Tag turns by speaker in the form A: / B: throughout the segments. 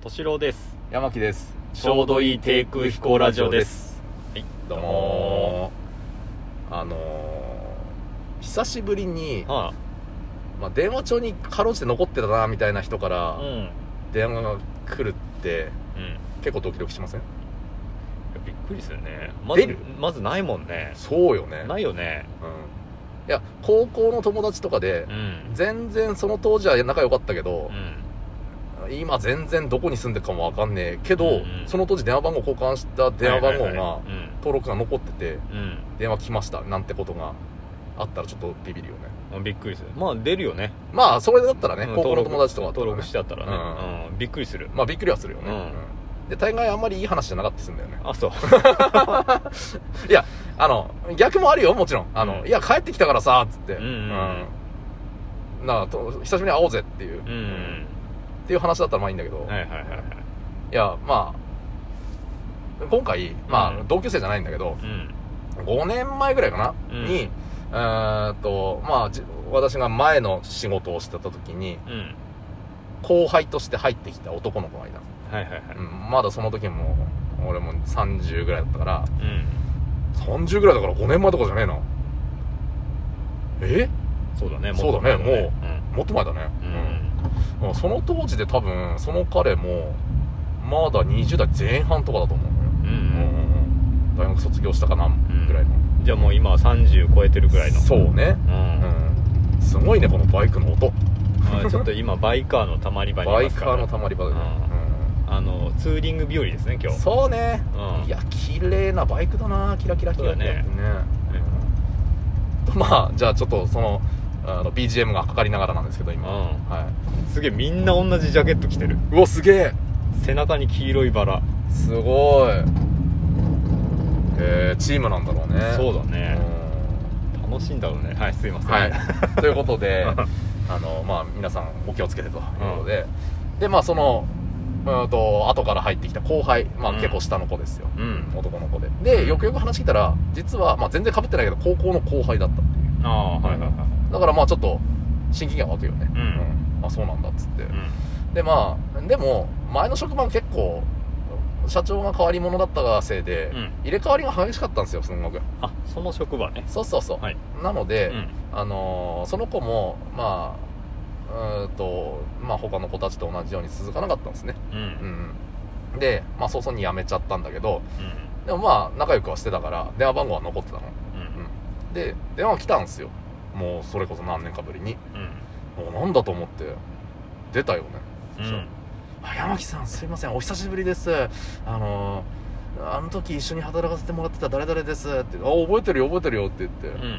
A: 敏郎です
B: 山木です
A: ちょうどいい低空飛行ラジオですはい
B: どうもあのー、久しぶりに、
A: は
B: まあ、電話帳にかろうじて残ってたなみたいな人か
A: あ
B: ら
A: うんうん
B: 電話が来るって結構ドキドキしません
A: びっくりするねまず
B: 出る
A: まずないもんね
B: そうよね
A: ないよね
B: うん、いや高校の友達とかで
A: う、ん
B: 全然その当時は仲良かったけ
A: う
B: ど、
A: ん
B: 今全然どこに住んでるかもわかんねえけど、
A: うんうん
B: その当時電話番号交換した電話番号
A: はいはい
B: が
A: はいうん
B: 登録が残ってて
A: うん
B: 電話来ましたなんてことがあったらちょっとビビるよね
A: もうびっくりするまあ出るよね
B: まあそれだったらね、
A: うん
B: 高校の友達とかだったら
A: 登
B: ね
A: 録してあったらねうんびっくりする
B: まあびっくりはするよね、
A: うん
B: うんで大概あんまりいい話じゃなかったりするんだよね
A: あそう
B: あの逆もあるよもちろんあの、
A: うん
B: いや帰ってきたからさっつって、
A: うんうんうん
B: うんなあと久しぶりに会おうぜっていう、
A: うんうん
B: っていう話だったらまあいいんだけど、
A: はいはいはいはい
B: いやまあ今回、まあ
A: うん
B: 同級生じゃないんだけど
A: うん
B: 5年前ぐらいかな、
A: うん
B: にえーっとまあじ私が前の仕事をしてた時に
A: うん
B: 後輩として入ってきた男の子がいた
A: は
B: の、
A: いはいはい
B: うん、まだその時も俺も30ぐらいだったから
A: うん
B: 30ぐらいだから5年前とかじゃねえなえ
A: そうだねもっと
B: そうだね
A: 前
B: もっと前だね
A: うんうん
B: うん、その当時で多分その彼もまだ20代前半とかだと思うのよ
A: うんう
B: うんうん
A: ん
B: うん大学卒業したかなぐらいの、
A: じゃあもう今は30超えてるぐらいの
B: そうね
A: うん
B: うんすごいねこのバイクの音
A: あちょっと今バイカーのたまり場にい
B: バ
A: ま
B: イ
A: すか
B: カ
A: ら
B: ーのたまり場で、
A: うんあのツーリング日和ですね今
B: うん
A: 日
B: そうね、
A: うん
B: いや綺麗なバイクだなキラキラキラキラってね
A: そう
B: うんまあじゃあちょっとそのあの BGM がかかりながらなんですけど今、
A: うん
B: は
A: すげえみんな同じジャケット着てる
B: いうわすげえ
A: 背中に黄色いバラ、
B: すごいえー、チームなんだろうね
A: そうだ
B: う
A: ね、
B: ん
A: 楽しいんだろうねはいすいません
B: はい というこ とであのまあ皆さんお気をつけてということで、でまあそのうーんと後から入ってきた後輩まあ
A: うん
B: 結構下の子ですよ、
A: うん
B: 男の子ででよくよく話聞いたら実は、まあ、全然かぶってないけど高校の後輩だったっていう
A: ああはいはいはい
B: だからまあちょっと親近感湧くよね
A: うん
B: あそうなんだっつって、
A: うん
B: でまあでも前の職場結構社長が変わり者だったがせいで、
A: うん
B: 入れ替わりが激しかったんですよすんごく
A: あその職場ね
B: そうそうそう、
A: はい
B: なので、
A: うん
B: あのーその子もまあうーんとまあ他の子たちと同じように続かなかったんですね
A: うんう
B: うんんでまあ早々に辞めちゃったんだけどでもまあ仲良くはしてたから電話番号は残ってたの
A: うん
B: で電話来たんですよもうそれこそ何年かぶりにもうなんだと思って出たよね
A: うんうん
B: あ山木さんすいませんお久しぶりですあのあの時一緒に働かせてもらってた誰々ですって「あ覚えてるよ覚えてるよ」って言って「
A: ん
B: い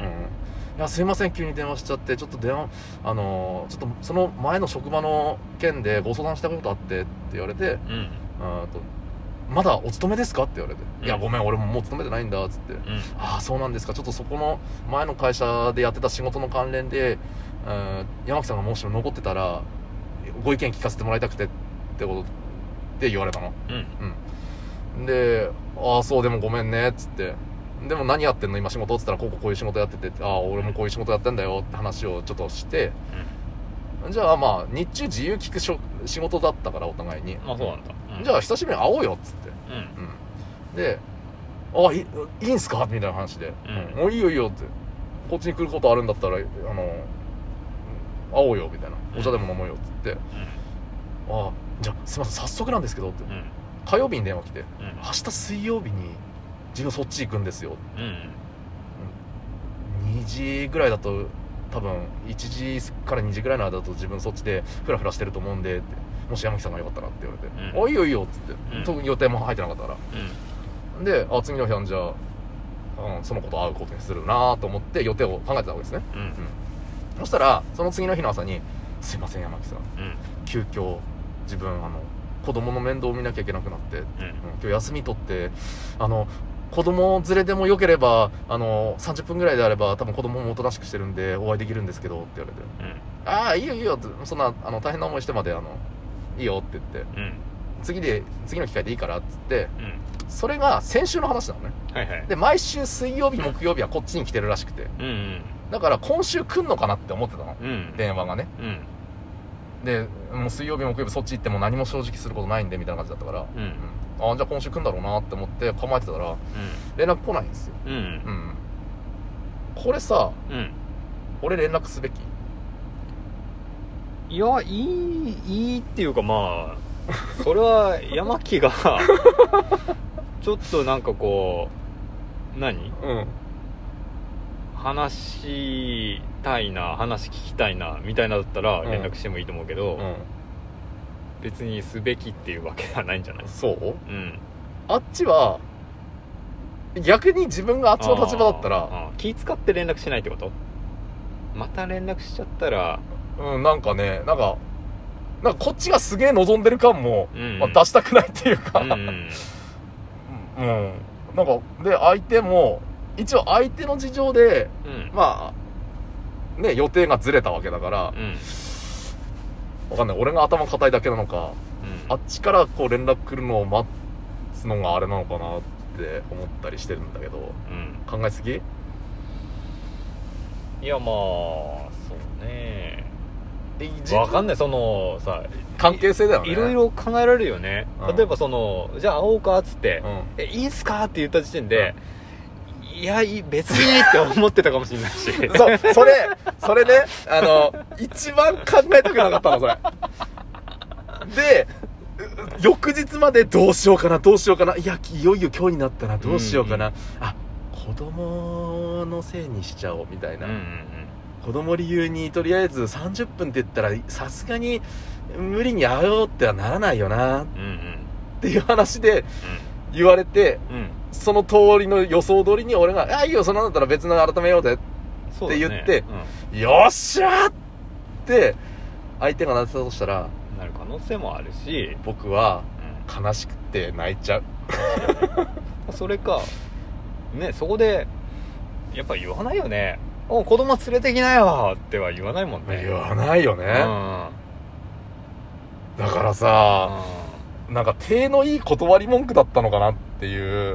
B: やすいません急に電話しちゃってちょっと電話あのちょっとその前の職場の件でご相談したことあって」って言われて
A: うんうん
B: 「うんとまだお勤めですか?」って言われて「
A: うん
B: いやごめん俺ももう勤めてないんだ」っつって
A: うん
B: ああそうなんですかちょっとそこの前の会社でやってた仕事の関連で、うん山木さんがもしも残ってたらご意見聞かせてもらいたくてってことで言われたの
A: うん
B: で「ああそうでもごめんね」っつって「でも何やってんの今仕事」っつったら「こここういう仕事やってて」ああ俺もこういう仕事やってんだよ」って話をちょっとしてじゃあまあ日中自由聞くしょ仕事だったからお互いに
A: うんあそうなんだ
B: じゃ
A: あ
B: あ久しぶりに会おうよっつって
A: うん
B: うん、で「あいいいんすか?」みたいな話で
A: うん
B: もういいよいいよ」って「こっちに来ることあるんだったらあの会おうよ」みたいな「お茶でも飲もうよ」っつって「あじゃあすいません早速なんですけど」って
A: うんうん
B: 火曜日に電話来て
A: うん
B: 「明日水曜日に自分そっち行くんですよ
A: うん」
B: 2時ぐらいだと多分1時から2時ぐらいの間だと自分そっちでフラフラしてると思うんでってもし山木さんがよかったらって言われて「
A: うん
B: あいいよいいよ」っつって、
A: うん
B: 特に予定も入ってなかったからであ次の日はじゃあ、うん、その子と会うことにするなと思って予定を考えてたわけですね
A: うんうん
B: そしたらその次の日の朝に「すいません山木さん
A: うん
B: 急遽自分あの子供の面倒を見なきゃいけなくなって、うん、
A: うん
B: 今日休み取ってあの子供連れでもよければあの30分ぐらいであれば多分子供もおとなしくしてるんでお会いできるんですけど」って言われて
A: うん
B: 「ああいいよいいよ」ってそんなあの大変な思いしてまであの「いいよ」って言って
A: うん
B: 「次で次の機会でいいから」っつって
A: うん
B: それが先週の話なのね
A: はいはい
B: で毎週水曜日木曜日はこっちに来てるらしくて
A: うん
B: だから今週来んのかなって思ってたの
A: うんうん
B: 電話がね
A: うん
B: でもう水曜日木曜日そっち行っても何も正直することないんでみたいな感じだったから、
A: うん
B: うんあじゃあ今週来んだろうなって思って構えてたら連絡来ないんですよ、
A: うんうん
B: うん、これさ
A: うん
B: 俺連絡すべき
A: いやいいいいっていうかまあそれは山木 がちょっとなんかこう何
B: うん
A: 話したいな話聞きたいなみたいなだったら
B: うん
A: 連絡してもいいと思うけど、別にすべきっていうわけではないんじゃない
B: そう
A: うん
B: あっちは逆に自分があっちの立場だったら
A: あー気使って連絡しないってことまた連絡しちゃったら、
B: うんなんかねなんかなんかこっちがすげえ望んでる感も、
A: うん
B: まあ、出したくないっていうか、
A: うんうん
B: うん、なんかで相手も一応相手の事情で
A: うん
B: まあね予定がずれたわけだから
A: うんうん
B: わかんない俺が頭固いだけなのかあっちからこう連絡来るのを待つのがあれなのかなって思ったりしてるんだけど
A: うん
B: 考えすぎ
A: いやまあそうねわ
B: わ
A: かんないそのさ
B: 関係性だよね
A: いろいろ考えられるよね、
B: うん
A: 例えばそのじゃあ会おうかっつって
B: う、ん
A: えいいんすかって言った時点で、いやいい別にって思ってたかもしれないし
B: そうそれそれねあの一番考えたくなかったのそれでう翌日までどうしようかなどうしようかないやいよいよ今日になったなどうしようかな、
A: うん
B: あ子供のせいにしちゃおうみたいな、
A: うんうん
B: 子供理由にとりあえず30分って言ったらさすがに無理に会おうってはならないよなっ
A: うんうんうん
B: ていう話で言われて
A: うんうん
B: その通りの予想通りに俺が「あいいよそんなんだったら別の改めようぜ」
A: そうだね
B: って言って
A: う
B: よっしゃーって相手がなってたとしたら
A: んなる可能性もあるし、
B: 僕は
A: う
B: 悲しくて泣いちゃうん
A: それかねそこでやっぱ言わないよねお子供連れてきなよっては言わないもんね
B: 言わないよ
A: う
B: ね、
A: ん
B: だからさ、
A: う
B: なんか手のいい断り文句だったのかなっていうん
A: うん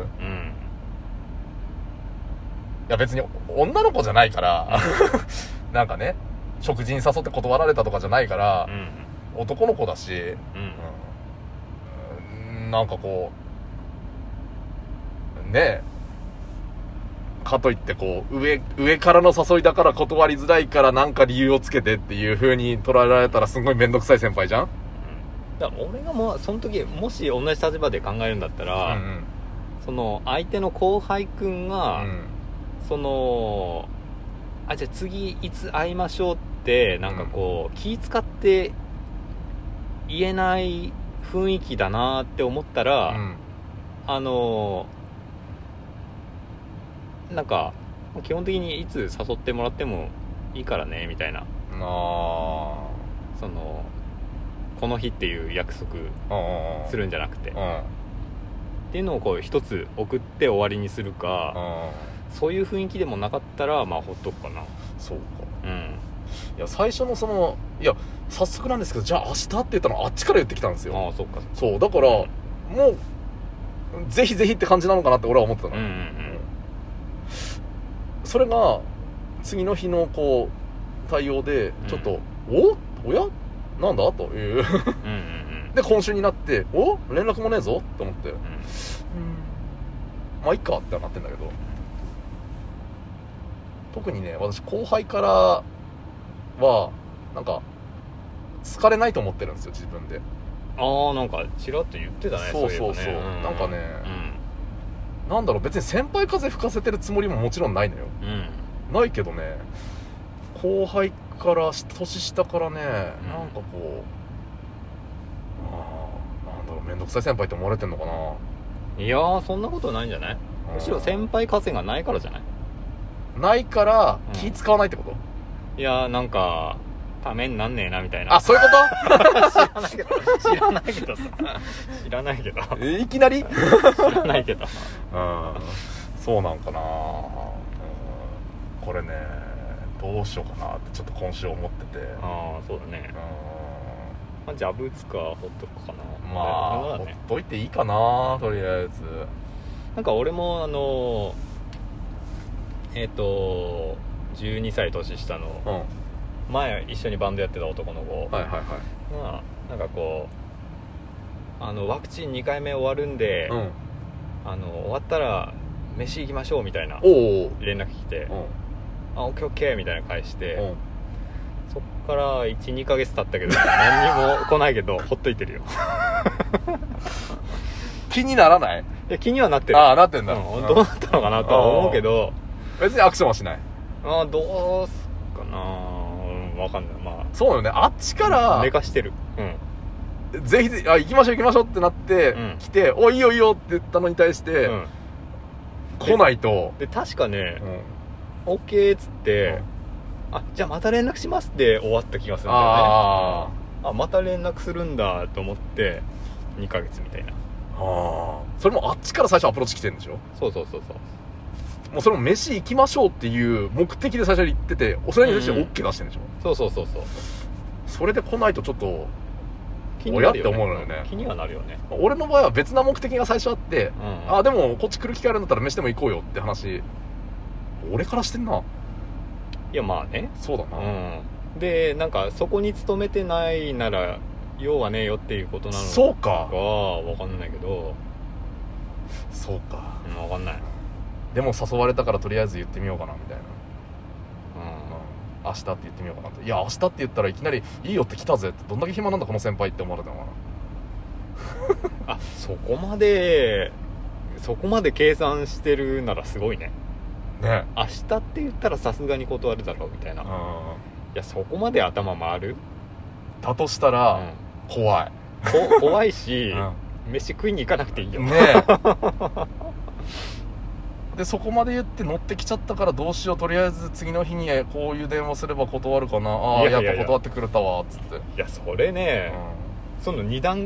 B: いや別に女の子じゃないから なんかね食事に誘って断られたとかじゃないから
A: う、ん
B: 男の子だし、
A: うん
B: うん、なんかこうねえかといってこう上上からの誘いだから断りづらいからなんか理由をつけてっていう風に捉えられたらすごい面倒くさい先輩じゃん
A: だから俺がもうその時もし同じ立場で考えるんだったら、
B: うん
A: その相手の後輩くんが、そのあじゃあ次いつ会いましょうってなんかこう、気使って言えない雰囲気だなって思ったら、
B: うん
A: あのなんか基本的にいつ誘ってもらってもいいからねみたいな
B: うんあ
A: そのこの日っていう約束
B: あ
A: するんじゃなくて、
B: うんうん
A: っていうのをこう一つ送って終わりにするか、そういう雰囲気でもなかったらまあほっとくかな
B: そうか
A: うん
B: いや最初のそのいや早速なんですけどじゃあ明日って言ったのあっちから言ってきたんですよ
A: ああそっか
B: そうだからもうぜひぜひって感じなのかなって俺は思ってた
A: うん
B: の、
A: うん
B: それが次の日のこう対応で
A: うん
B: ちょっと「おおやなんだ?」という
A: うんう んうん
B: で今週になって「お連絡もねえぞ」って思って「うん
A: うん
B: まあいっか」ってなってんだけど特にね私後輩からはなんか好かれないと思ってるんですよ自分で
A: ああなんかちらっと言ってたね
B: そう
A: いえばね
B: そうそうんなんかねなんだろう別に先輩風吹かせてるつもりももちろんないのよ
A: うんうん
B: ないけどね後輩からし年下から
A: う
B: ね、
A: ん
B: なんかこうああなんだろう面倒くさい先輩って思われてんのかない
A: やーそんなことないんじゃないむしろ先輩風がないからじゃない
B: ないから
A: うん
B: 気使わないってこと、
A: いやーなんかためになんねえなみたいな
B: あそういうこ
A: 知らないけど 知らないけどさ知ら ないけど
B: といきなりうん
A: 知らないけど
B: そうなんかな、うんこれねどうしようかなってちょっと今週思ってて
A: ああそうだねまあジャブ打つかほっとくか
B: う
A: なん
B: まあ、
A: そうだ
B: ほっ
A: ね
B: といていいかなとりあえず
A: なんか俺もあのえっ、と12歳年下の
B: うんは
A: 前一緒にバンドやってた男の子
B: いはいはい
A: まあなんかこうあのワクチン2回目終わるんで、
B: うん
A: あの終わったら飯行きましょうみたいな
B: おお
A: 連絡来て
B: うん
A: 「あオッケーオッケー」みたいな返して、
B: うん
A: そっから12ヶ月経ったけど何にも来ないけどほっといてるよ
B: 気にならない
A: いや気にはなってる
B: ああなってんだ、
A: うん
B: うん
A: どうなったのかなとは思うけど
B: 別にアクションはしない
A: あーどうすっかなうんわかんないま
B: そうよねあっちか
A: あ
B: ら
A: 寝かしてるうん
B: ぜひぜひあ行きましょう行きましょうってなって、
A: うん
B: 来て「おいいよいいよ」って言ったのに対して、
A: うん
B: 来ないと、
A: で確かね
B: うん
A: OK っつってあじゃあまた連絡しますって終わった気がするんだよね
B: あ
A: あまた連絡するんだと思って2ヶ月みたいな
B: ーあーそれもあっちから最初アプローチ来てんでしょ
A: そうそうそうそう
B: もうそれも飯行きましょうっていう目的で最初に行ってておそれに対して
A: うん
B: OK 出してんでしょ、
A: そうそうそうそう
B: それで来ないとちょっと
A: 気になるよ、ね、
B: おやって思うのよね
A: 気にはなるよね
B: 俺の場合は別な目的が最初あって
A: う、ん
B: あでもこっち来る機会あるんだったら飯でも行こうよって話俺からしてんない
A: やまあね
B: そうだな、
A: うんでなんかそこに勤めてないなら用はねえよっていうことなの
B: そうか
A: かは分かんないけど、
B: そうか
A: うん、分かんない、
B: でも誘われたからとりあえず言ってみようかなみたいな、
A: う、
B: うん、明日って言ってみようかなといや明日って言ったらいきなり「いいよって来たぜ」ってどんだけ暇なんだこの先輩って思われたのかなん
A: あそこまでそこまで計算してるならすごいね
B: ね
A: 明日って言ったらさすがに断るだろうみたいな、
B: う
A: い
B: ん
A: やそこまで頭回る、
B: だとした
A: う
B: ら
A: ん
B: 怖い、
A: こ怖いし、
B: う
A: 飯食いに行かなくていいよ、
B: ん、ねえでそこまで言って乗ってきちゃったからどうしようとりあえず次の日にこういう電話すれば断るかなああ
A: いやいやいや
B: やっぱ断ってくれたわっつって、
A: いやそれね、
B: う
A: その2段